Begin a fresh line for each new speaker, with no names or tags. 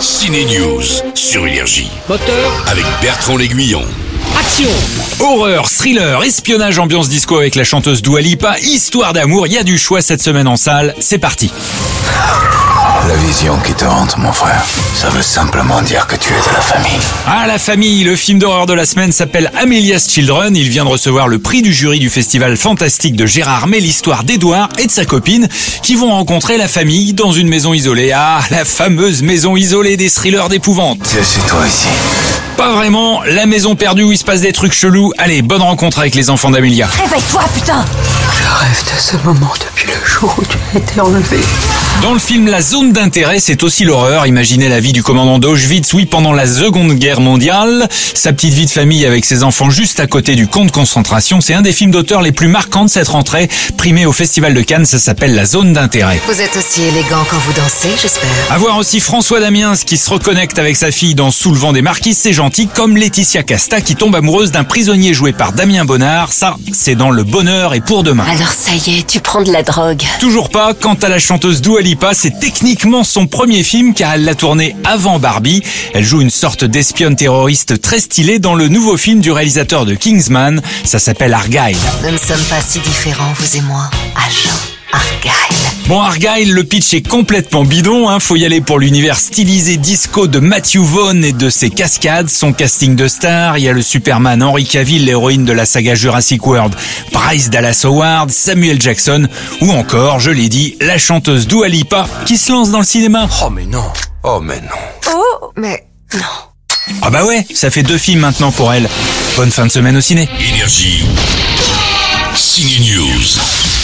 Ciné News sur Énergie
Moteur,
avec Bertrand L'Aiguillon.
action
Horreur, thriller, espionnage, ambiance disco avec la chanteuse Dua Lipa, histoire d'amour, il y a du choix cette semaine en salle, c'est parti.
La vision qui te hante, mon frère, ça veut simplement dire que tu es de la famille.
Ah la famille, le film d'horreur de la semaine s'appelle Amelia's Children, il vient de recevoir le prix du jury du festival fantastique de Gérard mais l'histoire d'Edouard et de sa copine qui vont rencontrer la famille dans une maison isolée. Ah, la fameuse maison isolée des thrillers d'épouvante.
C'est chez toi ici.
Pas vraiment, la maison perdue où il se passe des trucs chelous. Allez, bonne rencontre avec les enfants d'Amelia.
Réveille-toi, putain
Je rêve de ce moment depuis le jour où tu as été enlevé.
Dans le film La zone d'intérêt, c'est aussi l'horreur. Imaginez la vie du commandant d'Auschwitz, oui, pendant la Seconde Guerre mondiale. Sa petite vie de famille avec ses enfants juste à côté du camp de concentration. C'est un des films d'auteur les plus marquants de cette rentrée. Primé au Festival de Cannes, ça s'appelle La zone d'intérêt.
Vous êtes aussi élégant quand vous dansez, j'espère.
À voir aussi François Damiens qui se reconnecte avec sa fille dans Sous le vent des marquises, c'est gentil, comme Laetitia Casta qui tombe amoureuse d'un prisonnier joué par Damien Bonnard. Ça, c'est dans Le Bonheur et pour demain.
Alors ça y est, tu prends de la drogue.
Toujours pas, quant à la chanteuse Dua Lipa, c'est techniquement son premier film car elle l'a tourné avant Barbie. Elle joue une sorte d'espionne terroriste très stylée dans le nouveau film du réalisateur de Kingsman, ça s'appelle Argyle.
Nous ne sommes pas si différents, vous et moi. Agent Argyle.
Bon Argyle, le pitch est complètement bidon, hein. faut y aller pour l'univers stylisé disco de Matthew Vaughn et de ses cascades, son casting de stars, il y a le Superman Henry Cavill, l'héroïne de la saga Jurassic World, Bryce Dallas Howard, Samuel Jackson, ou encore, je l'ai dit, la chanteuse Dua Lipa qui se lance dans le cinéma.
Oh mais non. Oh mais non.
Oh, mais non.
Ah bah ouais, ça fait deux films maintenant pour elle. Bonne fin de semaine au ciné.
Énergie. Ciné News.